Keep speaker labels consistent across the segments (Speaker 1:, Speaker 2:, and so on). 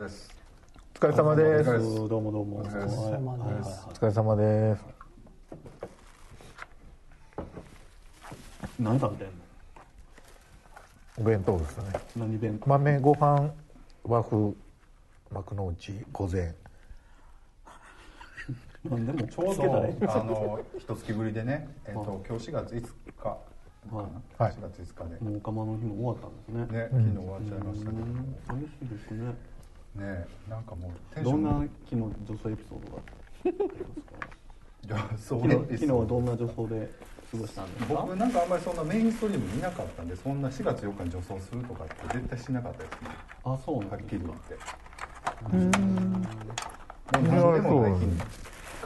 Speaker 1: ですお疲れ様です
Speaker 2: どうもどうも。お疲れ様です。
Speaker 1: お疲れ様です
Speaker 2: 何食べてん
Speaker 1: お弁当ですね
Speaker 2: の何弁当
Speaker 1: 豆ご飯和風幕の内午前
Speaker 2: 何でもちょうど
Speaker 3: そうあの一月ぶりでね、えっと今日4月5日
Speaker 2: はい
Speaker 1: はい
Speaker 3: 4月5日で、
Speaker 2: もう釜の日も終わったんですね。
Speaker 3: ね昨日終わっちゃいましたけど、ね
Speaker 2: うん寂しいですね。
Speaker 3: なんかもうテンショ
Speaker 2: どん
Speaker 3: ン
Speaker 2: な昨日女装エピソードがありますか
Speaker 3: いやそう
Speaker 2: 昨
Speaker 3: ね
Speaker 2: 日昨日はどんな女装で過ごしたんですか
Speaker 3: 僕なんかあんまりそんなメインストリーム見なかったんでそんな4月4日に女装するとかって絶対しなかったですね
Speaker 2: あ、そうな
Speaker 3: はっ
Speaker 2: ん
Speaker 3: き
Speaker 2: で
Speaker 3: り
Speaker 2: す
Speaker 3: 言
Speaker 2: か
Speaker 3: っ。て
Speaker 1: うん
Speaker 3: もう何でも
Speaker 1: いや
Speaker 3: 最
Speaker 1: そう
Speaker 3: 近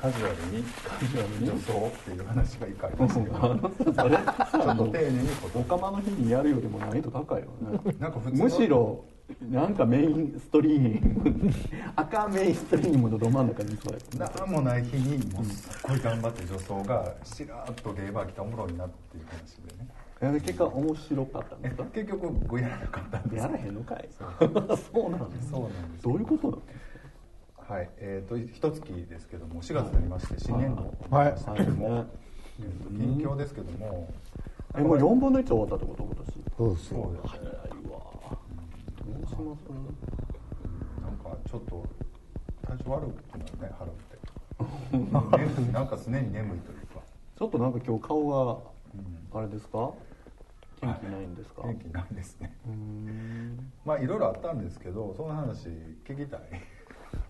Speaker 3: カジュアルにカジュアルに女装っていう話が一回ありましたけど ちょっと丁寧にこ
Speaker 2: お
Speaker 3: と
Speaker 2: 釜の日にやるよりも難易度高いよね。
Speaker 3: なんか普通の
Speaker 2: むしろなんかメインストリーム 赤メインストリームのど真ん中にそうやった
Speaker 3: 何もない日にもうすっごい頑張って女装がしらっとゲーバー来たおもろいなっていう話でね
Speaker 2: え結果面白かったんで
Speaker 3: え
Speaker 2: すか
Speaker 3: 結局僕やらなかったんです
Speaker 2: やらへんのかいそうなんです
Speaker 3: そうなんです
Speaker 2: どういうことなの
Speaker 3: はいえー、と一月ですけども4月になりまして新年度を迎えましたけども、
Speaker 2: はい
Speaker 3: えーと近況ですけども、
Speaker 2: えもう4分の1終わったってこと今年
Speaker 1: そうです
Speaker 3: そうです
Speaker 2: 早いわどうします
Speaker 3: なんかちょっと体調悪くなるね春って 眠なんか常に眠いというか
Speaker 2: ちょっとなんか今日顔があれですか元気ないんですか
Speaker 3: 元気ないですね
Speaker 2: うーん
Speaker 3: まあいろいろあったんですけどその話聞きたい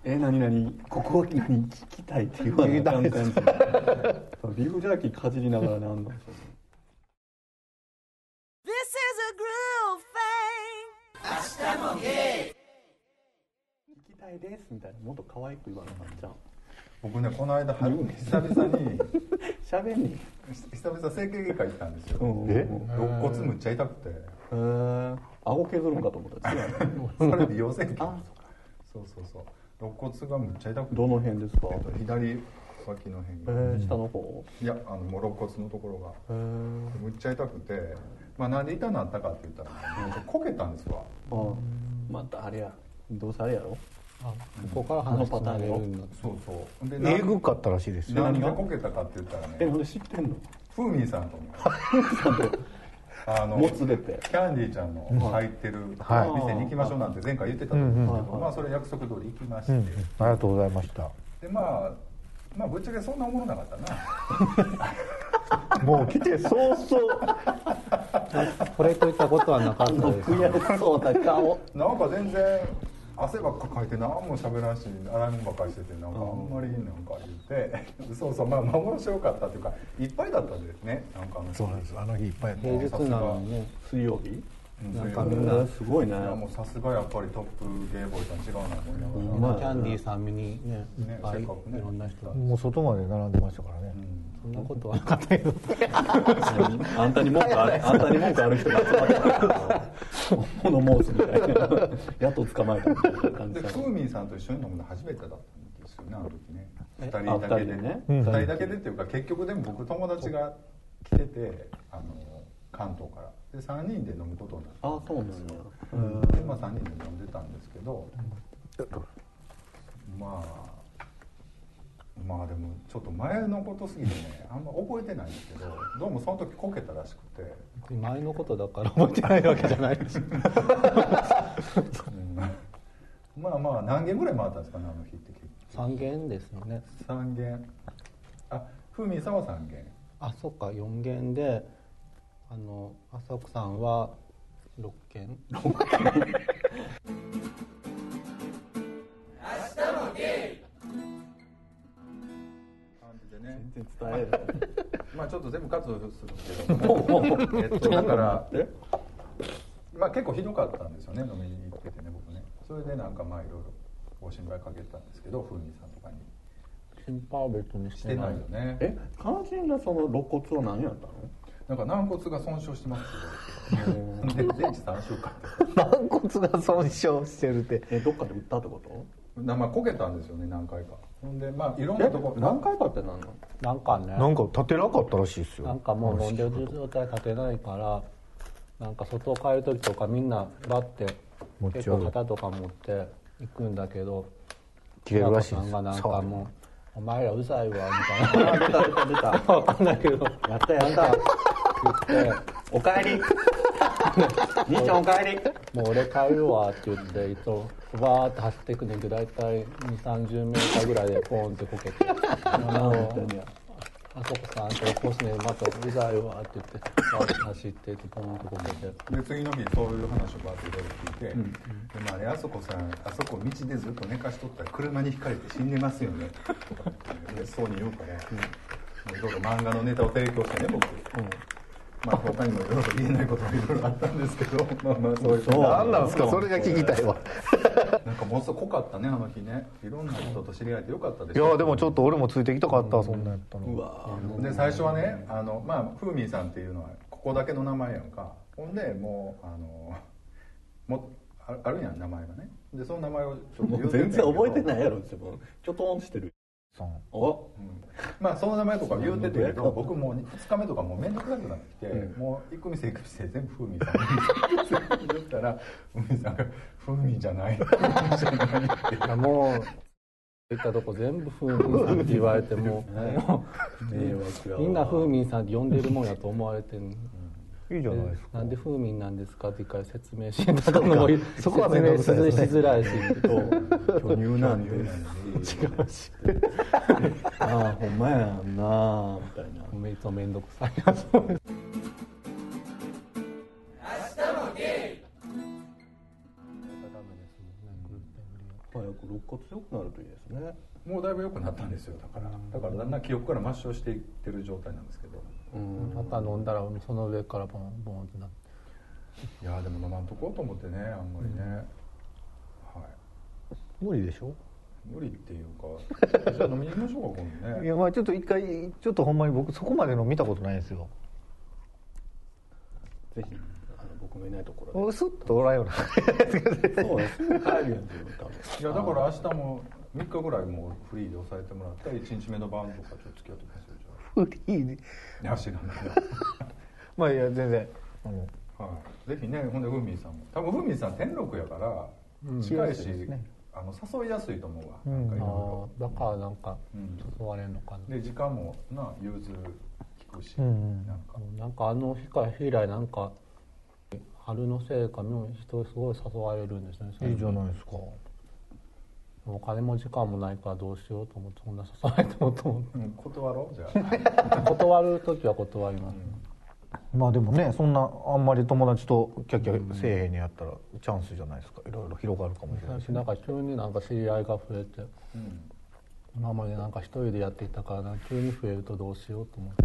Speaker 2: え何何ここは何聞きたいって言わないかん感じビーフジャーキーかじりながらなんだ
Speaker 4: This is a groove thing.
Speaker 2: 聞きたいですみたいなもっと可愛く言わなあかんじゃん
Speaker 3: 僕ねこの間春久々に
Speaker 2: 喋んね
Speaker 3: 久々整形外科行ったんですよ、
Speaker 2: ん
Speaker 1: え
Speaker 3: 肋骨むっちゃ痛くて
Speaker 2: えー、顎削るんかと思ったら違うの
Speaker 3: それ美容整形
Speaker 2: あそっか
Speaker 3: そうそうそう肋骨がむっちゃ痛くて
Speaker 2: どの辺ですか、
Speaker 3: えっと左脇の
Speaker 2: え
Speaker 3: 辺が、
Speaker 2: ー、下の方
Speaker 3: いやあのもう肋骨のところ
Speaker 2: えー、
Speaker 3: がむっちゃ痛くて、まあ、なんで痛なったかって言ったらなんかこけたんですわ
Speaker 2: あまたあれやどうせあれやろ
Speaker 5: ここから話つなげるんだ
Speaker 3: そうそうでな
Speaker 1: えぐかったらしいですよ
Speaker 3: なんでこけたかって言ったら
Speaker 2: え
Speaker 3: ね
Speaker 2: ほんで知ってんの
Speaker 3: ふーみんさんとねあの
Speaker 2: もつれて
Speaker 3: キャンディーちゃんの入ってる
Speaker 1: はい
Speaker 3: 店に行きましょうなんて前回言ってたと思うんですけど、まあ、それ約束通り行きまして、
Speaker 1: うんうんありがとうございました
Speaker 3: でまあまあぶっちゃけそんなおもろなかったな
Speaker 1: もう来て早々
Speaker 5: これといったことはなかったです
Speaker 2: 悔しそうな顔
Speaker 3: なんか全然汗ばっかかいて何も喋らんし洗い物ばっかりしててなんかあんまりなんか言って そうそうまあまあ面白かったっていうかいっぱいだったんですねなんかあの
Speaker 1: そうなんですあの日いっぱい
Speaker 5: 平日なのにね
Speaker 2: 水曜日
Speaker 3: うん
Speaker 5: なん
Speaker 3: そ
Speaker 5: か
Speaker 3: う
Speaker 5: み
Speaker 3: い
Speaker 5: ん
Speaker 3: う
Speaker 5: な
Speaker 2: あすごいね
Speaker 3: いやもうさすがやっぱりトップゲイボーイさん違うなと思いながら、
Speaker 2: うん
Speaker 5: みんなキャンディーさん見にねい
Speaker 3: ね
Speaker 5: っぱい
Speaker 3: せ
Speaker 5: い
Speaker 3: っかくね
Speaker 5: ろんな人が
Speaker 1: もう外まで並んでましたから ね
Speaker 5: そんなことはなかったけど
Speaker 2: あんたに文句あるあんたに文句ある人が集まってくる 物申すみたいなやっと捕まえたみたいな感
Speaker 3: で
Speaker 2: じ
Speaker 3: ふ
Speaker 2: だ
Speaker 3: ーみんさんと一緒に飲むの初めてだったんですよねあの時ね
Speaker 5: え
Speaker 3: 2人だけで
Speaker 2: あ二人でね
Speaker 3: 2人だけでっていうか結局でも僕友達が来ててあの関東からで3人で飲むことになった
Speaker 2: あそうなんや
Speaker 3: でまあ3人で飲んでたんですけど、まあまあでもちょっと前のことすぎてねあんま覚えてないんですけどどうもその時こけたらしくて、
Speaker 5: 前のことだから覚えてないわけじゃないでしょ
Speaker 3: うんまあまあ何軒ぐらい回ったんですかねあの日って結
Speaker 5: 3弦ですよね
Speaker 3: 局3軒あふみさんは3軒
Speaker 5: あそっか4弦であの浅くさんは6弦
Speaker 3: 感じでね
Speaker 2: 全然伝 える
Speaker 3: まあちょっと全部カットするんですけどもえっとだから
Speaker 2: え
Speaker 3: まあ結構ひどかったんですよね飲みに行っててね僕ねそれでなんかまあいろいろご心配かけたんですけどふみさんとかに
Speaker 5: 心配は別にし
Speaker 3: して
Speaker 5: て
Speaker 3: な
Speaker 5: ないい
Speaker 3: よね
Speaker 2: え肝心なその肋骨は何やっ
Speaker 3: なんか軟骨が損傷してます
Speaker 2: た の
Speaker 3: けどで全治3週間
Speaker 1: 軟骨が損傷してるって
Speaker 2: えどっかで売ったってこと
Speaker 3: なまあこけたんですよね何回かほんでまあいろんな
Speaker 2: え
Speaker 3: とこ
Speaker 2: 何回かって何なの
Speaker 5: なんかね
Speaker 1: なんか立てなかったらしいですよ
Speaker 5: なんかもう飲んでる状態立てないからなんか外を帰る時とかみんなバッて
Speaker 1: 持ち
Speaker 5: 結
Speaker 1: 歩い
Speaker 5: 構肩とか持って行くんだけど
Speaker 1: 切れるらしい
Speaker 5: 平
Speaker 1: です
Speaker 5: 子さんがなん
Speaker 1: そ
Speaker 5: か
Speaker 1: う
Speaker 5: もう「お前らうざいわ」みたいな出た出た出 た分かんないけど「やったやった」って言って
Speaker 2: おかえり 兄ちゃんおかえり
Speaker 5: 「もう俺帰るわ」って言っていとわーって走っていくねんけど大体2 3 0メーターぐらいでポンってこけて「あのあそこさんと起こすねまたうざいわ」って言ってわーって走っていってポンってこけて。
Speaker 3: で次の日そういう話をバーっていろいろ聞いて、でもあれあそこさんあそこ道でずっと寝かしとったら車にひかれて死んでますよ ねとかって嬉しそうに言うから、いろいろ漫画のネタを提供してね僕、まあ他にもいろいろ言えないこともいろいろあったんですけ どまあまあそういうこと
Speaker 1: 何なんですかそれが聞きたいわ
Speaker 3: なんかものすごく濃かったねあの日ねいろんな人と知り合えてよかったで
Speaker 1: い
Speaker 3: しょ
Speaker 1: やでもちょっと俺もついてきたかったそんなんやったの
Speaker 3: で最初はねあのまあふうみんさんっていうのはここだけの名前やんかほんでもうあのもああるやん名前がねでその名前をちょっと
Speaker 2: も
Speaker 3: 言
Speaker 2: う
Speaker 3: うてんねん
Speaker 2: 全
Speaker 3: けど
Speaker 2: 然覚えてないやろ自分ちょとんしてる
Speaker 1: さん
Speaker 2: お
Speaker 3: まあその名前とか言うててけど僕もう2日目とかもう面倒くさくなってきて、もう行く店行く店全部ふうみんさんに言ったらふうみんさんが「ふうみんじゃない」ふうみんじゃないって
Speaker 5: いやもう行ったとこ全部風民さんって言われてもも
Speaker 2: 迷惑 や
Speaker 5: うみんな風民さんって呼んでるもんやと思われてる
Speaker 1: いいじゃないですか
Speaker 5: なんで風民なんですかって一回説明しなのも
Speaker 1: そこは
Speaker 5: 説
Speaker 1: 面
Speaker 5: 明
Speaker 1: 倒く
Speaker 5: し
Speaker 1: さいですね
Speaker 5: づらいし
Speaker 2: 巨乳なんです 違うしああほんまやんなみたいな
Speaker 5: めっちゃ面倒くさいなと思って
Speaker 2: 早く肋骨良くなるといいですね
Speaker 3: もうだいぶ良くなったんですよだからだからだんだん記憶から抹消していってる状態なんですけど
Speaker 5: また飲んだらその上からボンボンってなって
Speaker 3: いやでも飲まんとこうと思ってねあんまりね、はい
Speaker 1: 無理でしょ
Speaker 3: 無理っていうかじゃあ飲みに行きましょうか今度
Speaker 1: い
Speaker 3: ね
Speaker 1: やまあちょっと一回ちょっとほんまに僕そこまでの見たことないんですよ
Speaker 2: ぜひあの僕のいないところ
Speaker 1: スッとおらんよう な
Speaker 2: でそうですぐ帰るやんって言うた
Speaker 3: いやだから明日も3日ぐらいもうフリーで抑えてもらったら1日目の晩とかちょっと付き合ってくださいじ
Speaker 1: フリー
Speaker 3: ゃ
Speaker 1: で
Speaker 3: あいや知らないな
Speaker 1: まあいや全然あの
Speaker 3: はいぜひねほんでふーみんさんも多分ふーみんさん天禄やから近いし、あの誘いやすいと思うわ、なんかい
Speaker 5: あ
Speaker 3: ろ
Speaker 5: ーだからなんか
Speaker 3: ん
Speaker 5: 誘われるのか
Speaker 3: いろで時間もな融通聞くし、
Speaker 1: ん
Speaker 3: なんか
Speaker 5: ななんかあの日から以来なんか春のせいか妙に人すごい誘われるんですね
Speaker 1: いいじゃないですか
Speaker 5: お金も時間もないからどうしようと思ってそんな誘われてもと思 っ
Speaker 3: うん断ろう じゃあ
Speaker 5: て断る時は断ります、
Speaker 1: まあでもねそんなあんまり友達とキャッキャせえへんにやったらチャンスじゃないですかいろいろ広がるかもしれな
Speaker 5: 最
Speaker 1: いし
Speaker 5: 初なんか急になんか知り合いが増えて
Speaker 3: うん
Speaker 5: 今までなんか一人でやっていたからな急に増えるとどうしようと思って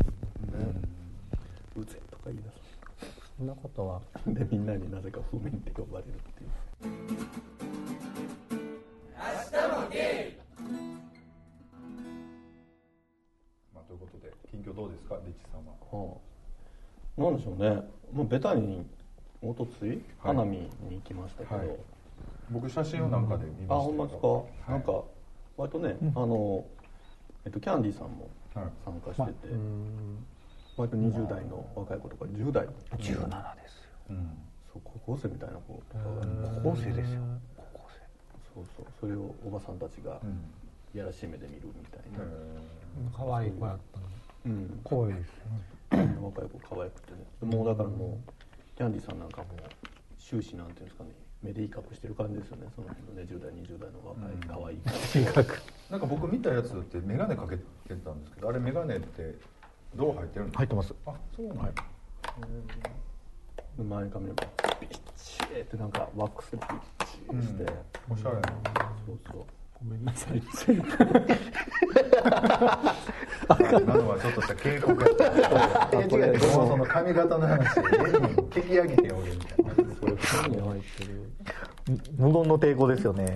Speaker 2: うぜとか言い出す
Speaker 5: そんなことは
Speaker 2: でみんなになぜか不眠って呼ばれるっていう
Speaker 3: まあ、ということで近況どうですかリッチさんは
Speaker 2: はあ、なんでしょうね、まあ、ベタにおとつい
Speaker 3: はい
Speaker 2: 花見に行きましたけど、
Speaker 3: はい僕写真をなんかで見ましたけ
Speaker 2: あ
Speaker 3: ど
Speaker 2: ほんまです
Speaker 3: い
Speaker 2: か、なんか割とね、あの、えっと、キャンディーさんも
Speaker 3: はい
Speaker 2: 参加してて、割と20代の若い子とか10代
Speaker 1: 17ですよ
Speaker 3: うん
Speaker 2: そう高校生みたいな子とかが
Speaker 1: 高校生ですよ高校
Speaker 2: そうそうそれをおばさんたちが
Speaker 3: うん
Speaker 2: やらしい目で見るみたいな、
Speaker 5: 可愛い子やったの
Speaker 2: うん
Speaker 1: 生怖いです
Speaker 2: 若い子可愛くてねもうだからもうキャンディーさんなんかもう終始なんていうんですかね目で威嚇してる感じですよねその辺のね10代20代の若い可愛い子
Speaker 3: なんか僕見たやつって眼鏡かけてたんですけどあれ眼鏡ってどう入ってるんですか
Speaker 1: 入ってます
Speaker 3: あそうなんや、
Speaker 2: で前髪もビッチーってなんかワックスでビッチーして、
Speaker 3: おしゃれな
Speaker 2: そうそう
Speaker 5: ごめんなさい
Speaker 3: 今のはちょっとした警告やったえ違う違うもうその髪型の話で蹴り上げておるみたいな
Speaker 5: これ風に入ってる
Speaker 1: 無言の抵抗ですよね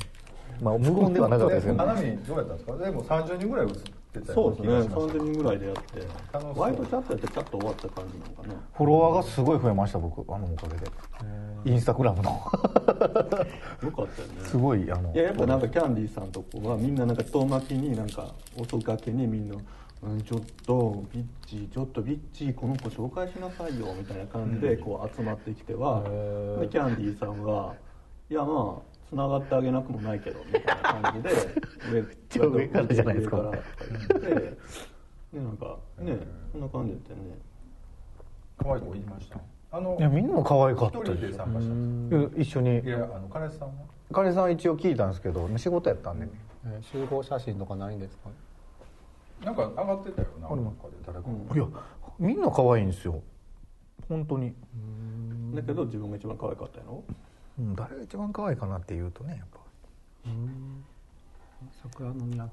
Speaker 1: まあ無言ではなかったですよね
Speaker 3: 花見どうやったんですかでも30人ぐらい映ってた
Speaker 2: そうです
Speaker 3: 気
Speaker 2: ね
Speaker 3: がします
Speaker 2: 30人ぐらいでやって
Speaker 3: 楽しそう
Speaker 2: ワイドチャットやってチャット終わった感じなのかな
Speaker 1: フォロワーがすごい増えました僕あのおかげでインスタグラムの
Speaker 2: よかったよね
Speaker 1: すごいあの
Speaker 2: いややっぱなんかキャンディーさんとこはみんななんか遠巻きになんか音がけにみんな「うんちょっとビッチーちょっとビッチーこの子紹介しなさいよ」みたいな感じでこう集まってきては、
Speaker 5: へー
Speaker 2: でキャンディーさんは「いやまあつながってあげなくもないけどみたいな感じで 上
Speaker 1: ちゃ上からじゃないですか
Speaker 2: 上からとか言ってでなんかねそんな感じでね
Speaker 3: 可愛い子いましたあの
Speaker 1: いやみんなも可愛かった
Speaker 3: 一人
Speaker 1: で
Speaker 3: です参加したんで
Speaker 1: 一緒に
Speaker 3: すかいやあの彼氏さんは
Speaker 1: 彼さん一応聞いたんですけど仕事やったんでね
Speaker 5: えー集合写真とかないんですか
Speaker 3: なんか上がってたよな
Speaker 1: 俺
Speaker 3: な
Speaker 1: も
Speaker 3: んかで誰か
Speaker 1: いやみんな可愛いんですよ本当に、
Speaker 2: だけど自分が一番可愛かったやろ
Speaker 1: うん、誰が一番可愛いかなっていうとねやっぱ
Speaker 5: 桜の庭の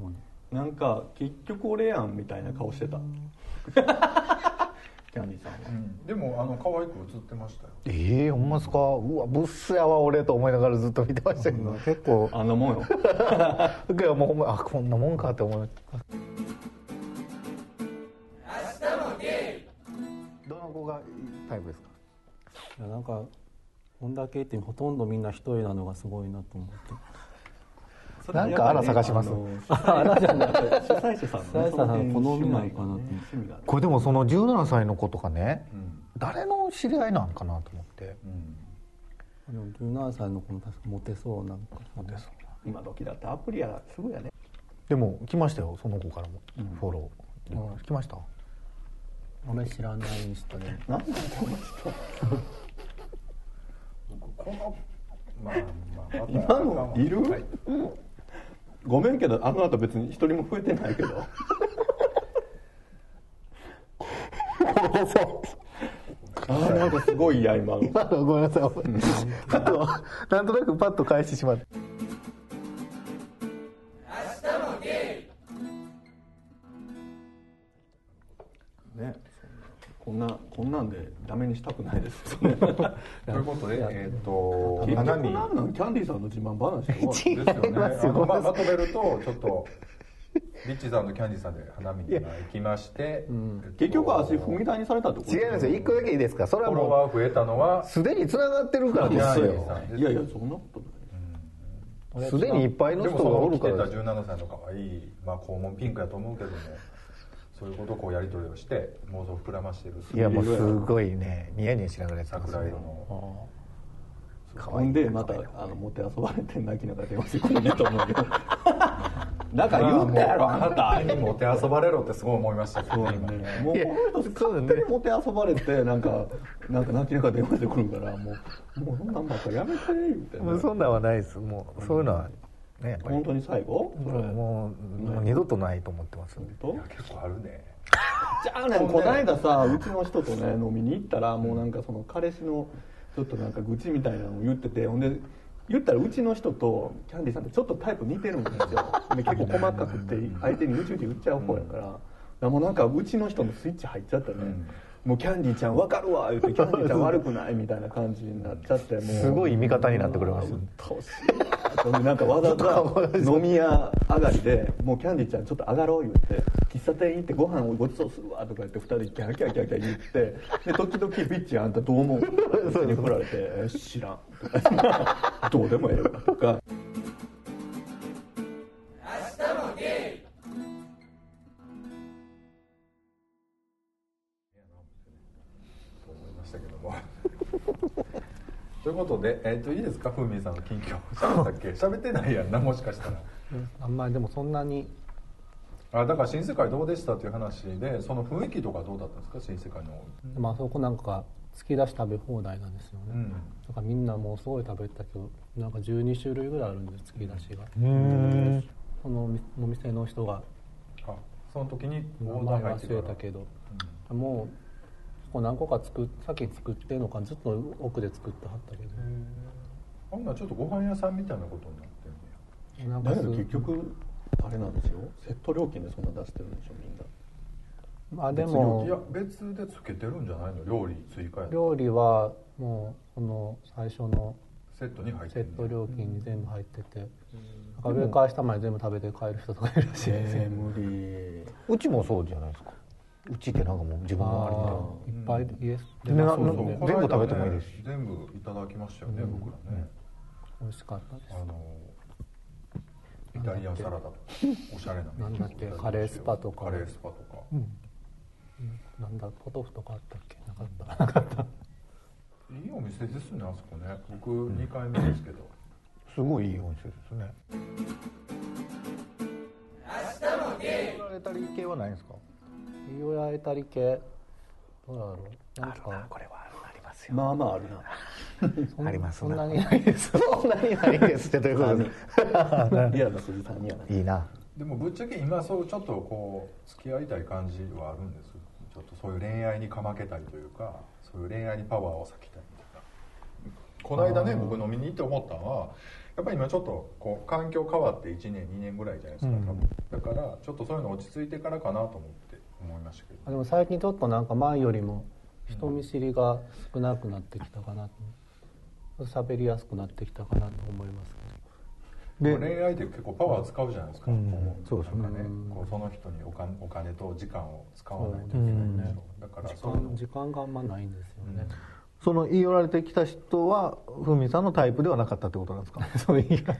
Speaker 5: 方に
Speaker 2: なんか結局俺やんみたいな顔して たキャンディーさんは
Speaker 3: うんでもあの可愛く映ってましたよ
Speaker 1: ええほんまっすかうわブスやわ俺と思いながらずっと見てましたけど結構
Speaker 2: あんなもんよ
Speaker 1: だからもうほんまあこんなもんかって思いました明日もゲイどの子がタイプですか
Speaker 5: いやなんかこんだけってほとんどみんな一人なのがすごいなと思って
Speaker 1: なんかあら探します
Speaker 2: あの主催者主催者さん
Speaker 5: 主催者さん
Speaker 2: のね
Speaker 5: 好みなのかなと思って
Speaker 2: 趣味がね
Speaker 1: これでもその17歳の子とかね
Speaker 3: うん
Speaker 1: 誰の知り合いなんかなと思って
Speaker 3: うん
Speaker 5: でも17歳の子も確かモテそうなんかモテそう
Speaker 2: 今時だってアプリやすぐやね
Speaker 1: でも来ましたよその子からもフォロー、
Speaker 5: うん
Speaker 1: 来ました
Speaker 5: 俺知らないインスタで
Speaker 2: なんで
Speaker 3: 僕このまあまあまた
Speaker 2: 今のいる
Speaker 3: はい
Speaker 2: ごめんけどあの後別に一人も増えてないけ どあーなんかすごいや今の
Speaker 1: あ のごめんなさいあとなんとなくパッと返してしまって
Speaker 3: ね
Speaker 2: こんなこんなんでダメにしたくないですよね
Speaker 3: ということでえっと
Speaker 2: 結局
Speaker 3: 花
Speaker 2: なん
Speaker 3: 見
Speaker 2: なんキャンディーさんの自慢話
Speaker 3: ですよね
Speaker 1: 違います
Speaker 3: あ
Speaker 1: よ
Speaker 3: のまあまとめるとちょっとリッチーさんとキャンディーさんで花見には行きまして、えっと
Speaker 2: 結局足踏み台にされたってこと
Speaker 1: 違いますよ一個だけいいですかそれ
Speaker 3: フ
Speaker 1: は
Speaker 3: ォロ
Speaker 1: も
Speaker 3: ワー増えたのは
Speaker 1: うすでにつながってるから
Speaker 3: い
Speaker 1: です
Speaker 3: やいやい
Speaker 1: よ
Speaker 3: や
Speaker 2: いやいやそんなこと
Speaker 1: すでにいっぱい
Speaker 3: で
Speaker 1: の
Speaker 3: も
Speaker 1: 人
Speaker 3: そ
Speaker 1: がお
Speaker 3: の
Speaker 1: る
Speaker 3: 来
Speaker 1: か
Speaker 3: てた
Speaker 1: らです
Speaker 3: 17歳の可愛いまあ肛門ピンクやと思うけどもそういうことをこうやり取りをして妄想を膨らましてる
Speaker 1: いやもうすごいねニヤニヤしながらやってます
Speaker 3: 桜
Speaker 1: よ
Speaker 3: 色の
Speaker 2: ないほんでまたあのモテ遊ばれて泣きながら電話してくるねと思 うけどだから言ったやろあなた
Speaker 3: にモテ遊ばれろってすごい思いましたけどね今ね
Speaker 2: もう
Speaker 1: いや
Speaker 2: この人
Speaker 1: そうだね
Speaker 2: 勝手にモテ遊ばれてなんかなんか泣きながら電話してくるからもうもうそんなんばっかやめてみたい
Speaker 1: もう
Speaker 2: な
Speaker 1: そんなんはないですもうそういうのはねやっぱり
Speaker 2: 本当に最後それ
Speaker 1: もうもう二度とないと思ってますんで
Speaker 2: と
Speaker 3: 結構あるね
Speaker 2: じゃあねこないださうちの人とね飲みに行ったらもうなんかその彼氏のちょっとなんか愚痴みたいなのを言っててほんで言ったらうちの人とキャンディーさんってちょっとタイプ似てるんですよで結構細かくって相手にうちうち言っちゃう方やからだからもうなんかうちの人のスイッチ入っちゃったね、もうキャンディーちゃん分かるわ言ってキャンディーちゃん悪くないみたいな感じになっちゃってもう
Speaker 1: すごい味方になってくれましたね
Speaker 2: どうしようなんかわざわざ飲み屋上がりで「もうキャンディーちゃんちょっと上がろう」言って「喫茶店行ってご飯をごちそうするわ」とか言って2人キャーキャーキャーキャー言ってで時々「ビッチあんたどう思う?」ってに振られてえ「知らん」とか「どうでもええわ」とか
Speaker 3: と思いましたけども ということで、えっといいですかふみさんの近 況喋ったっけ喋ってないやんなもしかしたら
Speaker 5: あんまりでもそんなに
Speaker 3: あだから新世界どうでしたっていう話でその雰囲気とかどうだったんですか新世界の
Speaker 5: でもあそこなんか突き出し食べ放題なんですよね、
Speaker 3: うん
Speaker 5: なんかみんなもうすごい食べてたけどなんか12種類ぐらいあるんです突き出しが
Speaker 1: うん
Speaker 5: そのお店お店の人が
Speaker 3: あその時に
Speaker 5: 名
Speaker 3: オーダ
Speaker 5: 前
Speaker 3: ーが入って
Speaker 5: 忘れた
Speaker 3: か
Speaker 5: けど、もう結構何個か作っ先に作ってんのかずっと奥で作ってはったけ
Speaker 3: らほんならちょっとご飯屋さんみたいなことになってるね
Speaker 5: どなん
Speaker 2: だ
Speaker 5: か
Speaker 2: け
Speaker 5: す
Speaker 2: ど結局あれなんですよセット料金でそんな出してるんでしょみんな
Speaker 5: まあで
Speaker 3: いや
Speaker 5: も
Speaker 3: 別でつけてるんじゃないの料理追加や
Speaker 5: 料理はもうその最初の
Speaker 3: セットに入って
Speaker 5: セ
Speaker 3: る
Speaker 5: ット料金に全部入ってて、なんか上から下まで全部食べて帰る人とかいるらしいですよ、
Speaker 2: 無理
Speaker 1: うちもそうじゃないですかうちってなんかもう自分のあれみたいな
Speaker 5: あーいっぱいイエス
Speaker 1: で
Speaker 5: 出
Speaker 1: な
Speaker 5: ま
Speaker 1: な
Speaker 5: すもんね
Speaker 1: 全部食べてもいいですし
Speaker 3: 全部いただきましたよね、僕らね
Speaker 5: 美味しかったです
Speaker 3: あのイタリアンサラダとかおしゃれなメニュ
Speaker 5: なんだっけカレースパとか
Speaker 3: カレースパとか、
Speaker 5: なんだポトフとかあったっけなかったなかった
Speaker 3: いいお店ですねあそこね僕2回目ですけど、
Speaker 1: すごいいい本州ですね明日もゲイれたり系はないんですか
Speaker 5: 言い寄られたり系どうだろうなんか
Speaker 1: これはあります
Speaker 2: まあまああるな
Speaker 5: そん
Speaker 1: あります
Speaker 5: そんなにないです
Speaker 1: そんなにないですってということで
Speaker 2: リアルな数字3人やな い
Speaker 1: いな
Speaker 3: でもぶっちゃけ今そうちょっとこう付き合いたい感じはあるんですちょっとそういう恋愛にかまけたりというかそういう恋愛にパワーを割きたいみたいなこの間ね僕飲みに行って思ったのはやっぱり今ちょっとこう環境変わって1年2年ぐらいじゃないですか多分だからちょっとそういうの落ち着いてからかなと思って思いましたけど
Speaker 5: あでも最近ちょっとなんか前よりも人見知りが少なくなってきたかなと喋りやすくなってきたかなと思います
Speaker 1: で
Speaker 3: 恋愛って結構パワー使うじゃないですか、
Speaker 1: うん
Speaker 3: こ
Speaker 1: そうですね
Speaker 3: なんかねこうその人にお金お金と時間を使わないといけないんでしょだから
Speaker 5: け
Speaker 3: そう
Speaker 5: ど
Speaker 3: いうの
Speaker 5: 時間があんまないんですよね、
Speaker 1: その言い寄られてきた人はふみさんのタイプではなかったってことなんですか
Speaker 5: そう言いが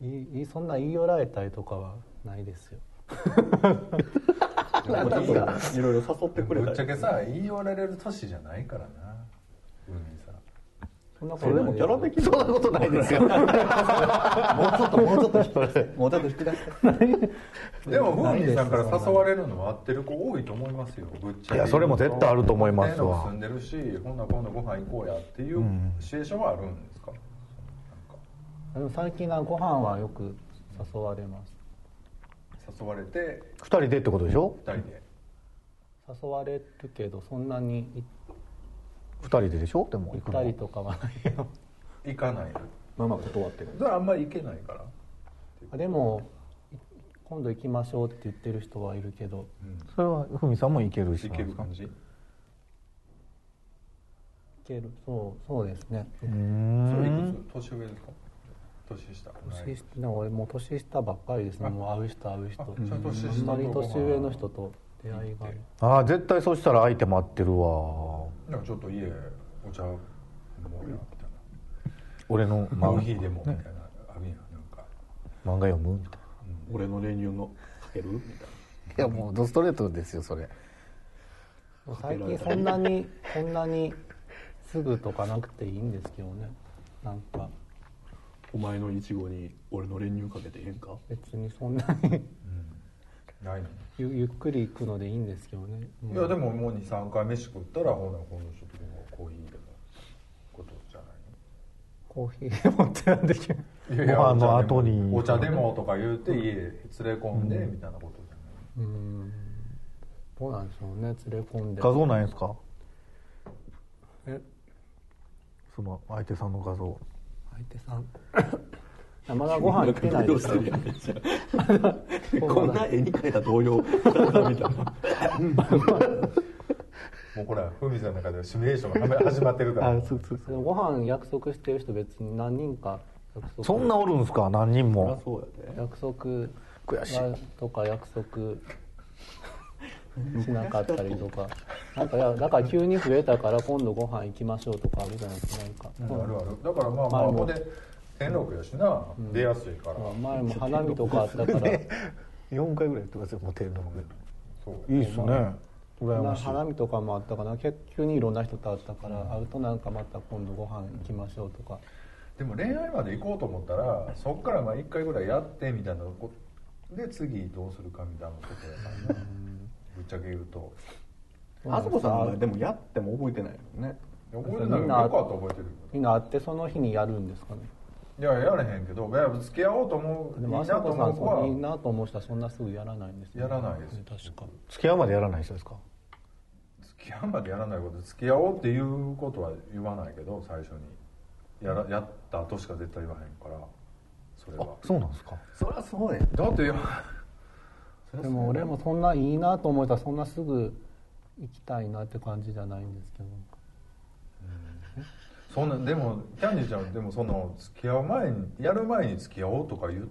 Speaker 5: いいいそんな言い寄られたりとかはないですよ
Speaker 2: なんだそれいろいろ誘ってくれ
Speaker 3: ぶ
Speaker 2: た
Speaker 3: っちゃ
Speaker 2: り
Speaker 3: けさ言い寄られる年じゃないからな海さん
Speaker 5: そんなこ
Speaker 2: それでもキャラ的に
Speaker 1: そんなことないです よ
Speaker 2: もうちょっともうちょっと引き出してもうちょっと引き出して
Speaker 3: でもふーみんさんから誘われるのは合ってる子多いと思いますよぶっちゃけ
Speaker 1: いやそれも絶対あると思いますわ
Speaker 3: ね住んでるしほんなら今度ご飯行こうやっていうシチュエーションはあるんですか,、
Speaker 5: でも最近はご飯はよく誘われます
Speaker 3: 誘われて
Speaker 1: 二人でってことでしょ
Speaker 3: 2人で
Speaker 5: 誘われるけどそんなに行
Speaker 1: 二人ででしょでも
Speaker 5: 行
Speaker 1: 行
Speaker 5: っ
Speaker 1: く
Speaker 5: た
Speaker 1: の
Speaker 5: りとかはないよ
Speaker 3: 行かない
Speaker 6: まあまあ断ってる
Speaker 3: だからあんまり行けないから
Speaker 5: あでもい今度行きましょうって言ってる人はいるけど
Speaker 1: それはふみさんも行けるし
Speaker 3: 行ける感じ
Speaker 5: 行けるそうそうですね
Speaker 1: うー
Speaker 3: それい
Speaker 1: ん
Speaker 3: くつ年上ですか年下
Speaker 5: 年下でも俺もう年下ばっかりですねもう会う人会う人
Speaker 3: あじゃあ年下
Speaker 5: あんまり
Speaker 3: とご飯
Speaker 5: 年上の人と出会いがある
Speaker 1: ああ絶対そしたら相手待ってるわ
Speaker 3: なんかちょっと家お茶飲もうやみたいな
Speaker 1: 俺の
Speaker 3: コー
Speaker 1: 漫
Speaker 3: ヒーでもみたいなあるやんなんか
Speaker 1: 漫画読むみたい
Speaker 2: 俺の練乳のかけるみたい
Speaker 6: いやもうドストレートですよそれ
Speaker 5: もう最近そんなにこんなにすぐとかなくていいんですけどねなんか
Speaker 2: なお前のイチゴに俺の練乳かけてへんか
Speaker 5: 別にそんなに
Speaker 3: ないの
Speaker 5: ゆゆっくり行くのでいいんですけどね
Speaker 3: いやでももう23回飯食ったらほなこの人とコーヒーでもことじゃな
Speaker 5: コーヒー持ってなんできる
Speaker 3: いの
Speaker 1: ご飯の
Speaker 3: お茶でも
Speaker 1: 後に
Speaker 3: お茶でもとか言うて家連れ込んでみたいなことじゃない、
Speaker 5: うーんどうなんでしょうね連れ込んで
Speaker 1: な画像ないんですか
Speaker 5: え
Speaker 1: その相手さんの画像
Speaker 5: 相手さんいやまだご飯行っ てない
Speaker 2: 動
Speaker 5: で
Speaker 2: し
Speaker 5: す
Speaker 2: て
Speaker 5: よ
Speaker 2: るやんめっちゃ こんな絵に描いた動揺 みたいな
Speaker 3: もうこれはふみさんの中ではシミュレーションが始まってるから
Speaker 1: あそうそう
Speaker 5: でもご飯約束してる人別に何人か約束
Speaker 1: そんなおるんですか何人
Speaker 2: あ
Speaker 1: も
Speaker 2: そうやで
Speaker 5: 約束がとか約 束しなかったりとかなんかいやだから急に増えたから今度ご飯行きましょうとかあるじゃないですかなんか、
Speaker 3: うんあるあるだからまあまあ
Speaker 5: 前も
Speaker 3: ほんで天禄やしな、出やすいから、
Speaker 5: 前も花見とかあったから
Speaker 1: 4回ぐらいやってますよモテるのも
Speaker 3: そう
Speaker 1: いいっすね羨ましい
Speaker 5: 花見とかもあったから結構急にいろんな人と会ったから会うとなんかまた今度ご飯行きましょうとか
Speaker 3: でも恋愛まで行こうと思ったらそっからまあ1回ぐらいやってみたいなことで次どうするかみたいなことやからなぶっちゃけ言うと
Speaker 2: あそこさんはでもやっても覚えてないよね
Speaker 3: 覚えてないよよかった覚えてる
Speaker 5: みんな会ってその日にやるんですかね
Speaker 3: いややれへんけどいや付き合おうと思うい
Speaker 5: で
Speaker 3: い
Speaker 5: も
Speaker 3: な
Speaker 5: あさ
Speaker 3: と
Speaker 5: こさ
Speaker 3: 思
Speaker 5: ん
Speaker 3: う子は
Speaker 5: そういいなと思う人はそんなすぐやらないんですよ
Speaker 3: やらないです
Speaker 5: ね確か
Speaker 1: 付き合うまでやらない人ですか
Speaker 3: 付き合うまでやらないこと付き合おうっていうことは言わないけど最初にやらやった後しか絶対言わへんからそれ
Speaker 1: あ
Speaker 3: は
Speaker 1: そうなんですか
Speaker 2: そりゃそうや
Speaker 3: だってよ
Speaker 5: でも俺もそんないいなと思ったらそんなすぐ行きたいなって感じじゃないんですけど
Speaker 3: そんなでもキャンディーちゃんでもその付き合う前にやる前に付き合おうとか言う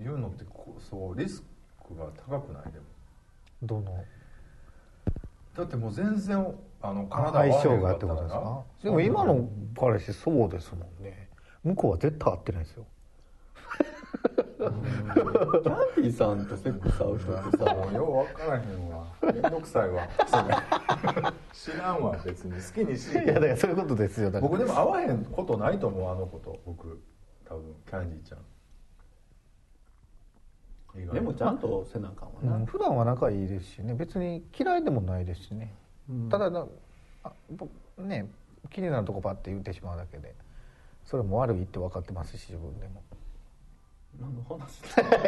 Speaker 3: 言うのってこうそうリスクが高くないでも
Speaker 1: どの
Speaker 3: だってもう全然あの体合わへん
Speaker 1: 相性が
Speaker 3: か
Speaker 1: ってことです
Speaker 3: たらな
Speaker 1: かでも今の彼氏そうですもんね向こうは絶対合ってないですよ
Speaker 2: キャンディさんとセックス合う人ってさ
Speaker 3: もうよう分からへんわめんどくさいわそれ 知らんわ別に好きにし
Speaker 6: いやだからそういうことですよだから
Speaker 3: 僕でも会わへんことないと思うあの子と僕多分キャンディーちゃん意外
Speaker 2: でもちゃんとせなあかんわな、
Speaker 1: うん普段は仲いいですしね別に嫌いでもないですしね、ただなあぼね気になるとこパッて言ってしまうだけでそれも悪いって分かってますし自分でも
Speaker 2: 何の話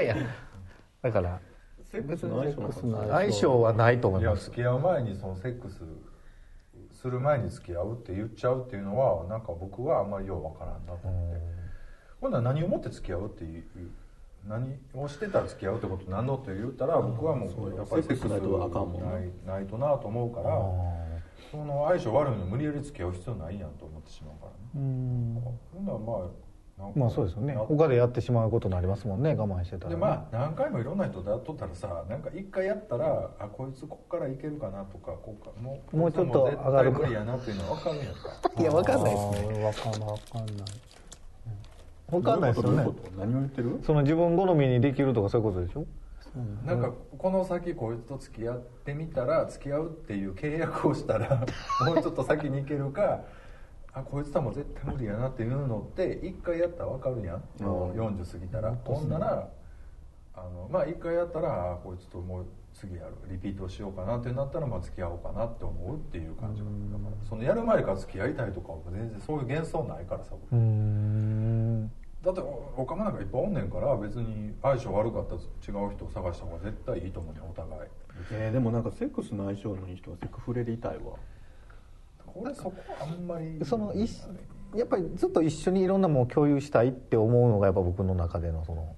Speaker 1: いやだから
Speaker 2: セックスの相性の話
Speaker 1: 相性はないと思い
Speaker 3: いや
Speaker 1: ます
Speaker 3: 付き合う前にそのセックスする前に付き合うって言っちゃうっていうのはなんか僕はあんまりようわからんなと思って今度は何をもって付き合うっていう何をしてたら付き合うってことなんのって言ったら僕はも
Speaker 2: そう
Speaker 3: う
Speaker 2: よ
Speaker 3: やっぱり
Speaker 2: セックスないとあかんもんな
Speaker 3: ないないとなと思うからその相性悪いのに無理やり付き合う必要ないやんと思ってしまうからねほんならまあなんか
Speaker 1: まあそうですよね
Speaker 3: な
Speaker 1: 他でやってしまうことになりますもんね我慢してたら、ね、
Speaker 3: でまあ何回もいろんな人とやっとったらさなんか一回やったらあこいつこっからいけるかなとかこうかもう
Speaker 1: もうちょっと上がるか
Speaker 3: こいつはもう絶対無理やなっていうのは分かるやんか
Speaker 6: いや分かんないですね
Speaker 5: わかんないわかんない
Speaker 1: 分かんないですよね
Speaker 2: どういうことどういうこと何を言ってる
Speaker 1: その自分好みにできるとかそういうことでしょ
Speaker 3: なんかこの先こいつと付き合ってみたら付き合うっていう契約をした らもうちょっと先に行けるかあこいつとはもう絶対無理やなっていうのって一回やったら分かるやん、もう40過ぎたらほんならあのまあ一回やったらあこいつともう次やるリピートしようかなってなったらまあ付き合おうかなって思うっていう感じがだからそのやる前から付き合いたいとかは全然そういう幻想ないからさ僕
Speaker 1: うん
Speaker 3: だっておかまなんかいっぱいおんねんから別に相性悪かったら違う人を探した方が絶対いいと思うねんお互い
Speaker 2: えーでもなんかセックスの相性のいい人はセクフレでいたいわ
Speaker 3: 俺そこあんまり
Speaker 1: そのいしやっぱりずっと一緒にいろんなものを共有したいって思うのがやっぱ僕の中でのその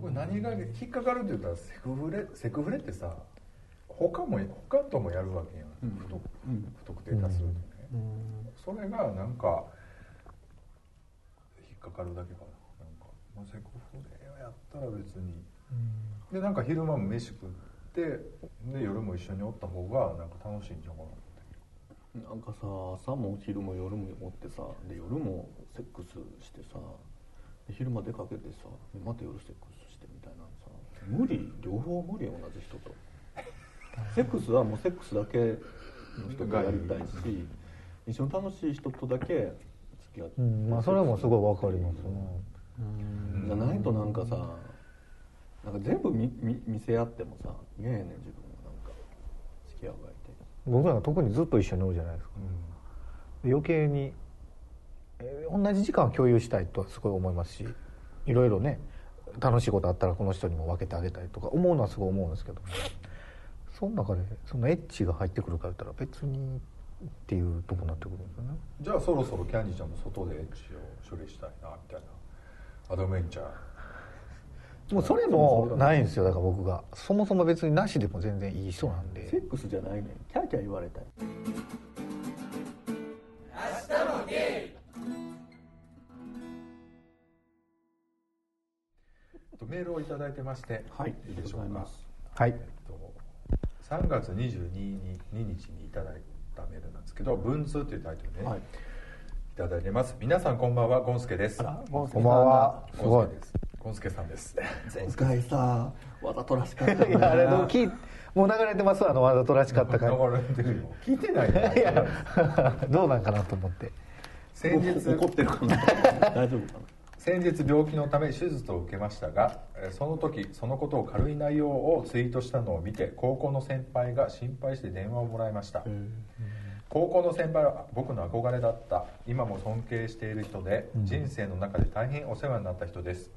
Speaker 3: 僕何が引っかかるって言ったらセクフレセクフレってさ他も他ともやるわけやん、不特不特定多数とね、それがなんか引っかかるだけかななんかもうセクフレをやったら別に、でなんか昼間も飯食ってで夜も一緒におった方がなんか楽しいんじゃうかなって
Speaker 2: なんかさ朝も昼も夜もおってさで夜もセックスしてさで昼間出かけてさでまた夜セックスしてみたいなのさ無理両方無理よ同じ人とセックスはもうセックスだけの人とやりたいし一緒に楽しい人とだけ付き合って、
Speaker 1: うんまあそれはもうすごいわかりますね
Speaker 2: じゃないとなんかさなんか全部見見見せ合ってもさ嫌やねん自分もなんか付き合う相手
Speaker 1: 僕なんか特にずっと一緒におるじゃないですか余計に、えー同じ時間を共有したいとはすごい思いますしいろいろね楽しいことあったらこの人にも分けてあげたいとか思うのはすごい思うんですけどその中でそのエッチが入ってくるか言ったら別にっていうとこになってくるんですよね
Speaker 3: じゃあそろそろキャンディーちゃんも外でエッチを処理したいなみたいなアドベンチャー
Speaker 1: もうそれもないんですよだから僕がそもそも別になしでも全然いい人なんで
Speaker 2: セックスじゃないねんキャーキャー言われたい
Speaker 3: とメールをいただいてまして
Speaker 2: はい
Speaker 3: いでしょうか
Speaker 1: はい
Speaker 3: えっと3月22日にいただいたメールなんですけど「文通」というタイトルで、ね
Speaker 2: はい
Speaker 3: い、ただいてます皆さんこんばんはゴンスケですゴン
Speaker 1: こんばんはすごい
Speaker 3: スケですゴンスケさんです
Speaker 2: 前回さわざとらしかった
Speaker 1: い やあれの聞いもう流れてますわあのわざとらしかったから
Speaker 3: 流れてるよ聞いてない
Speaker 1: い
Speaker 3: よ
Speaker 1: やどうなんかなと思って
Speaker 3: 先日
Speaker 2: 怒ってるかな 大丈夫かな
Speaker 3: 先日病気のため手術を受けましたがえーその時そのことを軽い内容をツイートしたのを見て高校の先輩が心配して電話をもらいました高校の先輩は僕の憧れだった今も尊敬している人で、人生の中で大変お世話になった人です、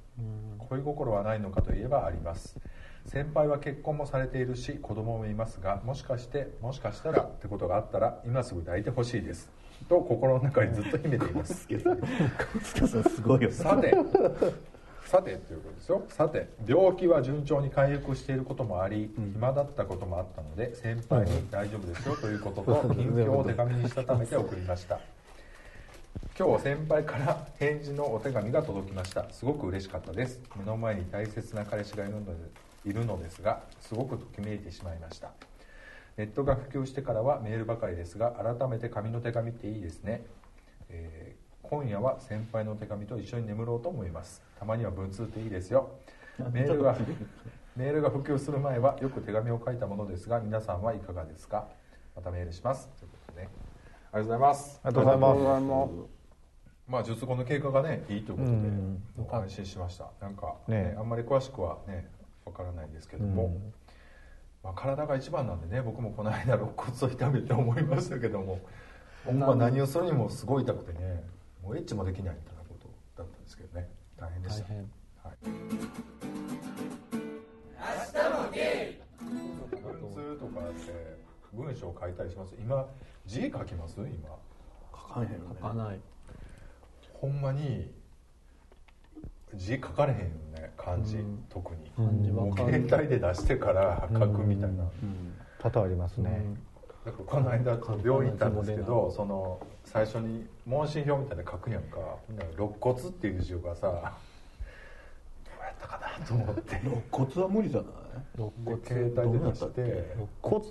Speaker 3: 恋心はないのかといえばあります先輩は結婚もされているし子供もいますがもしかしてもしかしたらってことがあったら今すぐ抱いてほしいですと心の中にずっと秘めています
Speaker 2: すごいよ
Speaker 3: さてさてということですよさて病気は順調に回復していることもあり、暇だったこともあったので先輩に「大丈夫ですよ」ということと近況を手紙にしたためて送りました今日先輩から返事のお手紙が届きましたすごく嬉しかったです目の前に大切な彼氏がいるのでいるのですがすごくときめいてしまいましたネットが普及してからはメールばかりですが改めて紙の手紙っていいですね、えー今夜は先輩の手紙と一緒に眠ろうと思いますたまには文通っていいですよメールがメールが普及する前はよく手紙を書いたものですが皆さんはいかがですかまたメールしますということでねありがとうございます
Speaker 1: ありがとうございます
Speaker 3: まあ術後の経過がねいいということで、お安心しましたなんか、ね
Speaker 1: ね
Speaker 3: あんまり詳しくはねわからないですけども、まあ、体が一番なんでね僕もこの間肋骨を痛めて思いましたけどもほんま何をするにもすごい痛くてねもうエッチもできないみたいなことだったんですけどね大変でした、
Speaker 5: 大変
Speaker 3: はい文通とかって文章書いたりします今字書きます今
Speaker 2: 書かへんよね
Speaker 5: 書かない
Speaker 3: ほんまに字書かれへんよね漢字、特に
Speaker 5: 漢字わ
Speaker 3: もう
Speaker 5: かんない
Speaker 3: 携帯で出してから書くみたいな、
Speaker 1: 多々ありますね、
Speaker 3: だからこの間病院行ったんですけどその最初に問診票みたいなの書くやんかほんなら肋骨っていう字がさどうやったかなと思って
Speaker 2: 肋骨は無理じゃない
Speaker 5: 肋骨
Speaker 3: で携帯で出して
Speaker 1: 骨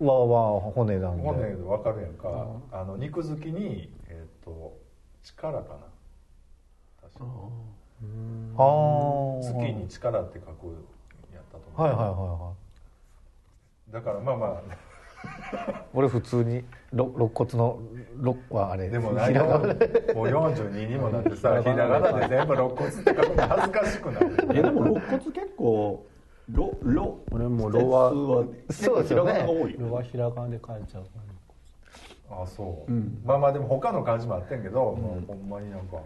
Speaker 1: はは骨なんで
Speaker 3: 骨で分かるやんか、あの肉付きにえっ、と力かな確か
Speaker 1: ああ
Speaker 3: 月に力って書くやったと思う、
Speaker 1: はいはいはいは
Speaker 3: だからまあまあ
Speaker 1: い俺普通にろ肋骨の肋はあれ
Speaker 3: でも
Speaker 1: な
Speaker 3: ないいよもう42にもなって さひらがなで全部肋骨って書くの恥ずかしくな
Speaker 2: え
Speaker 3: る
Speaker 2: でも肋骨結構ロロ
Speaker 5: 俺もロは
Speaker 2: 結構ひらがなが多いよね
Speaker 5: ロはひらがなで書いちゃうから
Speaker 3: あそう、まあまあでも他の漢字もあってんけど、まあ、ほんまになんか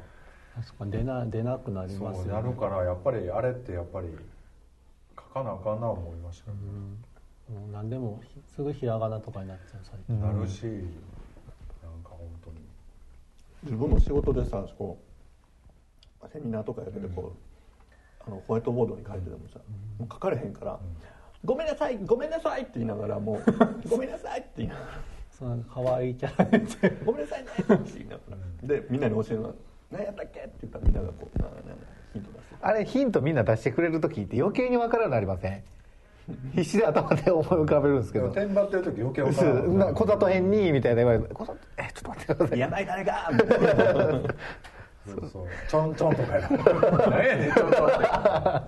Speaker 5: 確かに出な出なくなります
Speaker 3: そ
Speaker 5: よ
Speaker 3: うなるからやっぱりあれってやっぱり書かなあかんな思いましたね、
Speaker 5: もう何でもひすぐひらがなとかになっちゃう最近、
Speaker 3: なるしなんか本当に
Speaker 2: 自分の仕事でさこうセミナーとかやっててこう、あのホワイトボードに書いててもさ、もう書かれへんから、ごめんなさいごめんなさい」って言いながらも う「ごめんなさい」って言いながら
Speaker 5: その可愛いキャラにして
Speaker 2: 「ごめんなさいね」って言いながらでみんなに教えるのは「何やったっけ?」って言ったらみんながこう「なななヒント出す
Speaker 1: あれヒントみんな出してくれる時って余計に分からなくなりません必死で頭で思い浮かべるんですけ
Speaker 3: でも
Speaker 1: ど
Speaker 3: テンパってる時余計
Speaker 1: 「う
Speaker 3: わ
Speaker 1: っ
Speaker 3: か
Speaker 1: す
Speaker 3: らん
Speaker 1: な小里編に」みたいな言われて「小里えちょっと待ってください」
Speaker 2: やばい誰か!」みたいな
Speaker 3: そうそうちょんちょんとかやろ 何やねんちょんちょんっ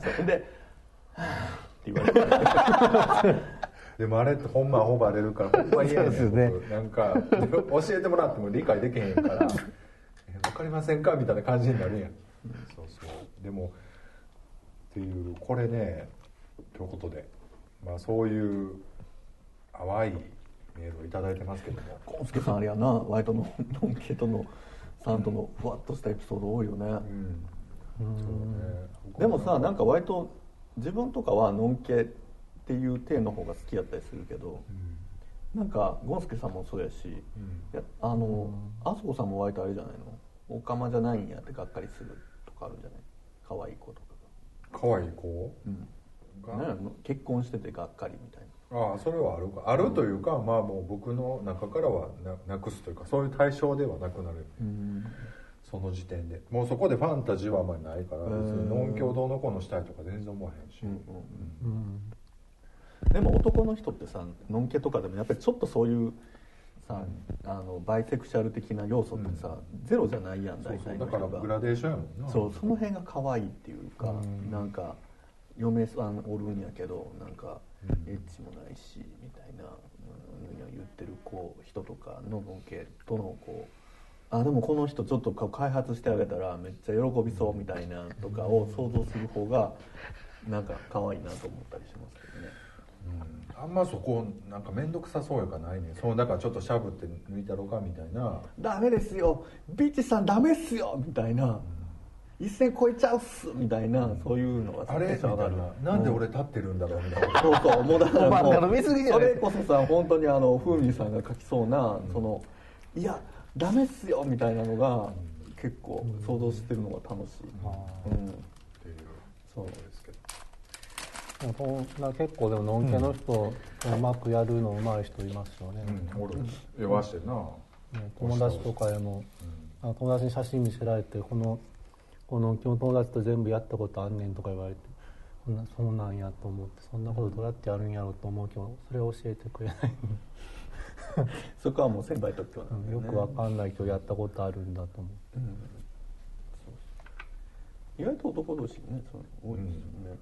Speaker 3: て
Speaker 2: そうで「はぁって言われて
Speaker 3: でもあれってほんまアホバレるからほんま嫌やね
Speaker 1: そうんですね
Speaker 3: 僕なんか教えてもらっても理解できへんから「えわかりませんか?」みたいな感じになるやんそうそうでもっていうこれねということで、まあ、そういう淡いメールを頂いただいてますけども
Speaker 2: コンスケさんあれやなワイトのノンケとのさんとのふわっとしたエピソード多いよね、
Speaker 3: うんそうね
Speaker 2: でもさなんか割と自分とかはのんけっていう体の方が好きやったりするけど、なんかゴンスケさんもそうやし、いやあの、あそこさんも割とあれじゃないのおかまじゃないんやってがっかりするとかあるじゃない可愛い子とか
Speaker 3: 可愛い子
Speaker 2: が、なんやろ結婚しててがっかりみたいな
Speaker 3: ああそれはあるかあるというか、まあもう僕の中からはななくすというかそういう対象ではなくなるよね、その時点でもうそこでファンタジーはあんまりないから別に音響どうのこうのしたいとか全然思わへんし、
Speaker 2: でも男の人ってさのんけとかでもやっぱりちょっとそういうさ、あのバイセクシャル的な要素ってさ、ゼロじゃないやん
Speaker 3: そう
Speaker 2: 大
Speaker 3: そう
Speaker 2: 体
Speaker 3: だ
Speaker 2: の
Speaker 3: から
Speaker 2: 人
Speaker 3: グ
Speaker 2: が
Speaker 3: ラデーションやもんな
Speaker 2: そうその辺が可愛いっていうか、なんか嫁さんおるんやけどなんかエッチもないしみたいな、うん、言ってる子人とかののんけとのこうあでもこの人ちょっとこう開発してあげたらめっちゃ喜びそうみたいなとかを想像する方がなんか可愛いなと思ったりしますけどね。
Speaker 3: うんあんまそこなんか面倒くさそうやからないねそのだからちょっとしゃぶって抜いたろかみたいな
Speaker 2: ダメですよビーチさんダメっすよみたいな、一線超えちゃうっすみたいな、そういうのが
Speaker 3: あれみたいななんで俺立ってるんだろうみたいな
Speaker 2: そうそうもうだからもう
Speaker 1: 漫画の見過ぎじゃ
Speaker 2: そ
Speaker 1: ない
Speaker 2: れこそさ本当にあの風味さんが書きそうな、そのいやダメっすよみたいなのが、結構想像してるのが楽しい、うん
Speaker 3: っていう
Speaker 2: そう
Speaker 3: ですけど
Speaker 5: でもそん な結構でものんけの人、うまくやるのうまい人いますよね、
Speaker 3: うん俺弱してんな、
Speaker 5: ね友達とかでも、あ友達に写真見せられてこのこの今日友達と全部やったことあんねんとか言われてそんなそうなんやと思ってそんなことどうやってやるんやろうと思うけどそれを教えてくれない
Speaker 2: そこはもう先輩特許なんで、ね
Speaker 5: よくわかんないけどやったことあるんだと思う
Speaker 2: 意外と男同士ねその多いですよね、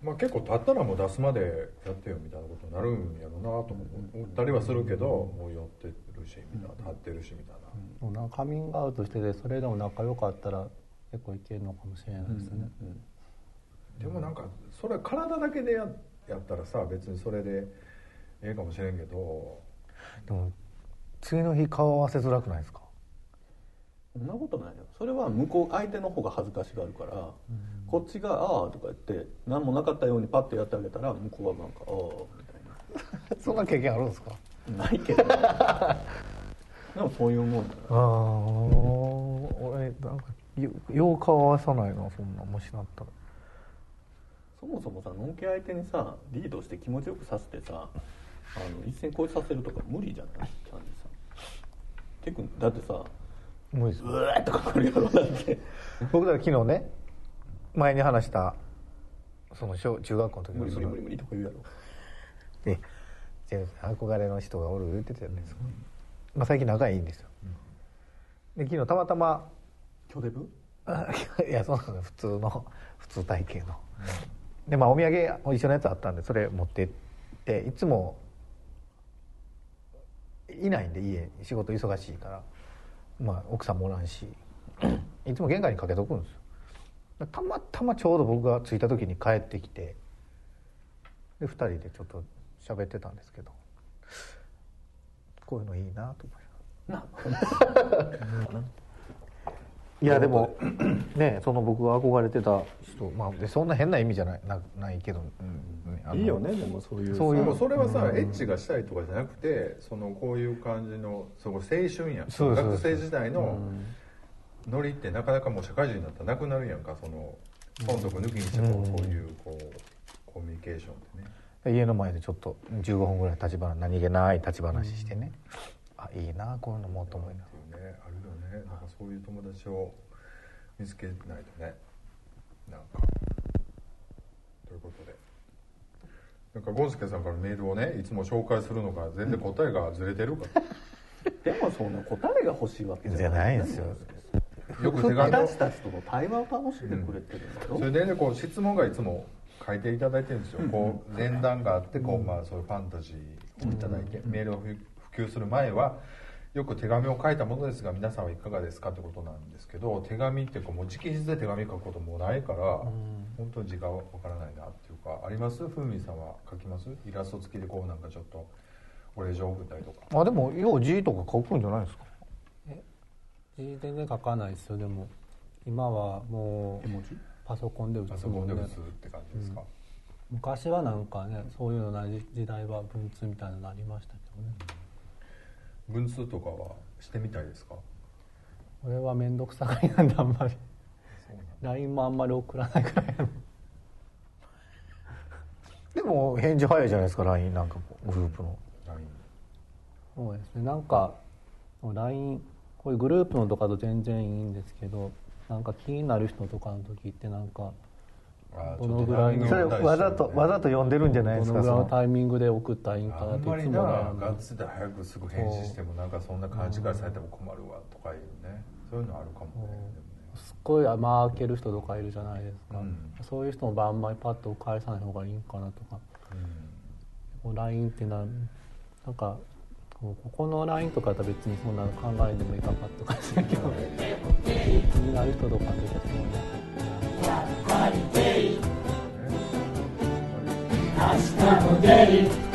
Speaker 3: まあ、結構立ったらもう出すまでやってよみたいなことになるんやろうなと思ったりはするけど、もう寄ってるしみたいな立ってるしみたいな、
Speaker 5: もうなんかカミングアウトしててそれでも仲良かったら結構いけるのかもしれないですね、
Speaker 3: でもなんかそれ体だけでややったらさ別にそれでええかもしれんけど
Speaker 1: でも次の日顔合わせづらくないですか
Speaker 2: そんなことないよそれは向こう相手の方が恥ずかしがるから、こっちが「ああ」とか言って何もなかったようにパッとやってあげたら向こうはなんか「ああ」みたいな
Speaker 1: そんな経験あるんですか
Speaker 2: ないけどでもそういうもんだ
Speaker 1: ああ俺なんかよよう顔合わさないなそんなもしなったら
Speaker 2: そもそもさのんけ相手にさリードして気持ちよくさせてさあの一線越えさせるとか無理じゃないキャンディさん結構だってさ
Speaker 1: 無理です
Speaker 2: うわーとか来るやろだって
Speaker 1: 僕だから昨日ね前に話したその小中学校の時
Speaker 2: 無
Speaker 1: の
Speaker 2: 理
Speaker 1: そ
Speaker 2: 無
Speaker 1: の
Speaker 2: 理無理無理とか言うやろ
Speaker 1: ええ憧れの人がおる言ってたじゃないですか、まあ、最近仲いいんですよ、で昨日たまたま
Speaker 2: 巨デブ
Speaker 1: あ いやそうなんです普通の普通体型の、でまあお土産一緒のやつあったんでそれ持ってっていつもいないんで家仕事忙しいからまあ奥さんもおらんし いつも玄関にかけとくんですよたまたまちょうど僕が着いた時に帰ってきてで2人でちょっと喋ってたんですけどこういうのいいなと思いますいやでも ねその僕が憧れてた人まあでそんな変な意味じゃないなないけど、うん
Speaker 2: いいよねでもそういう
Speaker 1: そうい
Speaker 3: で
Speaker 1: う
Speaker 3: もそれはさ、エッチがしたいとかじゃなくてそのこういう感じのその青春やん
Speaker 1: そうそう
Speaker 3: 学生時代のノリってなかなかもう社会人になったらなくなるやんかその損得抜きにしてもそういうこうコミュニケーションってね
Speaker 1: 家の前でちょっと15分ぐらい立ち話何気ない立ち話してね、あいいなこういうのもと思いなが
Speaker 3: っていうねあるよねなんかそういう友達を見つけないとねなんかということでなんかゴンスケさんからメールをねいつも紹介するのが全然答えがずれてる から
Speaker 2: でもそんな答えが欲しいわけ
Speaker 1: ら
Speaker 2: じ
Speaker 1: じゃ
Speaker 2: ゃない
Speaker 1: ないんですよ
Speaker 3: よく手紙を
Speaker 2: 私たちとの対話を楽しんでくれてるんだろ、
Speaker 3: それでねこう質問がいつも書いていただいてるんですよこう前段があってこう、まあ、そういうファンタジーをいただいてメールをふ普及する前はよく手紙を書いたものですが皆さんはいかがですかってことなんですけど手紙っていうかもう直筆で手紙書くこともないから本当に時間わからないなっていうかありますふみさんは書きますイラスト付きでこうなんかちょっとお礼状送ったりとか
Speaker 1: あでもよう字とか書くんじゃないですか
Speaker 5: 全然書かないですよでも今はもうパソコンで打
Speaker 3: パ
Speaker 5: つ
Speaker 3: ソ
Speaker 5: も
Speaker 3: コン
Speaker 5: ん
Speaker 3: で
Speaker 5: ね
Speaker 3: 打つって感じですか、
Speaker 5: 昔はなんかねそういうのない時代は文通みたいなのありましたけどね
Speaker 3: 文通とかはしてみたいですか
Speaker 5: 俺は面倒くさがりなんであんまり LINE もあんまり送らないからいや
Speaker 1: でも返事早いじゃないですか LINE なんかもグループの
Speaker 3: LINE
Speaker 5: そうですねなんか LINE こういうグループのとかと全然いいんですけどなんか気になる人とかの時ってなんか
Speaker 3: あー
Speaker 5: どのぐらいの
Speaker 3: ち
Speaker 1: そ
Speaker 3: ょ
Speaker 1: れ
Speaker 3: っと
Speaker 1: わざとわざと呼んでるんじゃないで
Speaker 5: ど
Speaker 1: す
Speaker 5: の
Speaker 1: か
Speaker 5: ぐらいの
Speaker 1: その
Speaker 5: タイミングで送ったらいいんか
Speaker 3: あ
Speaker 5: なっ
Speaker 3: ん
Speaker 5: てい
Speaker 3: まり
Speaker 5: つ
Speaker 3: な
Speaker 5: も
Speaker 3: ガ
Speaker 5: 悩
Speaker 3: ッ
Speaker 5: む
Speaker 3: ツで早くすぐ返信してもなんかそんな勘違いされても困るわとかいうねそういうのあるかもね
Speaker 5: すっごい間開ける人とかいるじゃないですか、
Speaker 3: うん
Speaker 5: そういう人もあんまりパッと返さない方がいいんかなとか
Speaker 3: でもね
Speaker 5: もう LINE ってなんなんかこうここの LINE とかだったら別にそんなの考えてもいいかパッと返しないけど気になる人とかって別にね
Speaker 3: うんね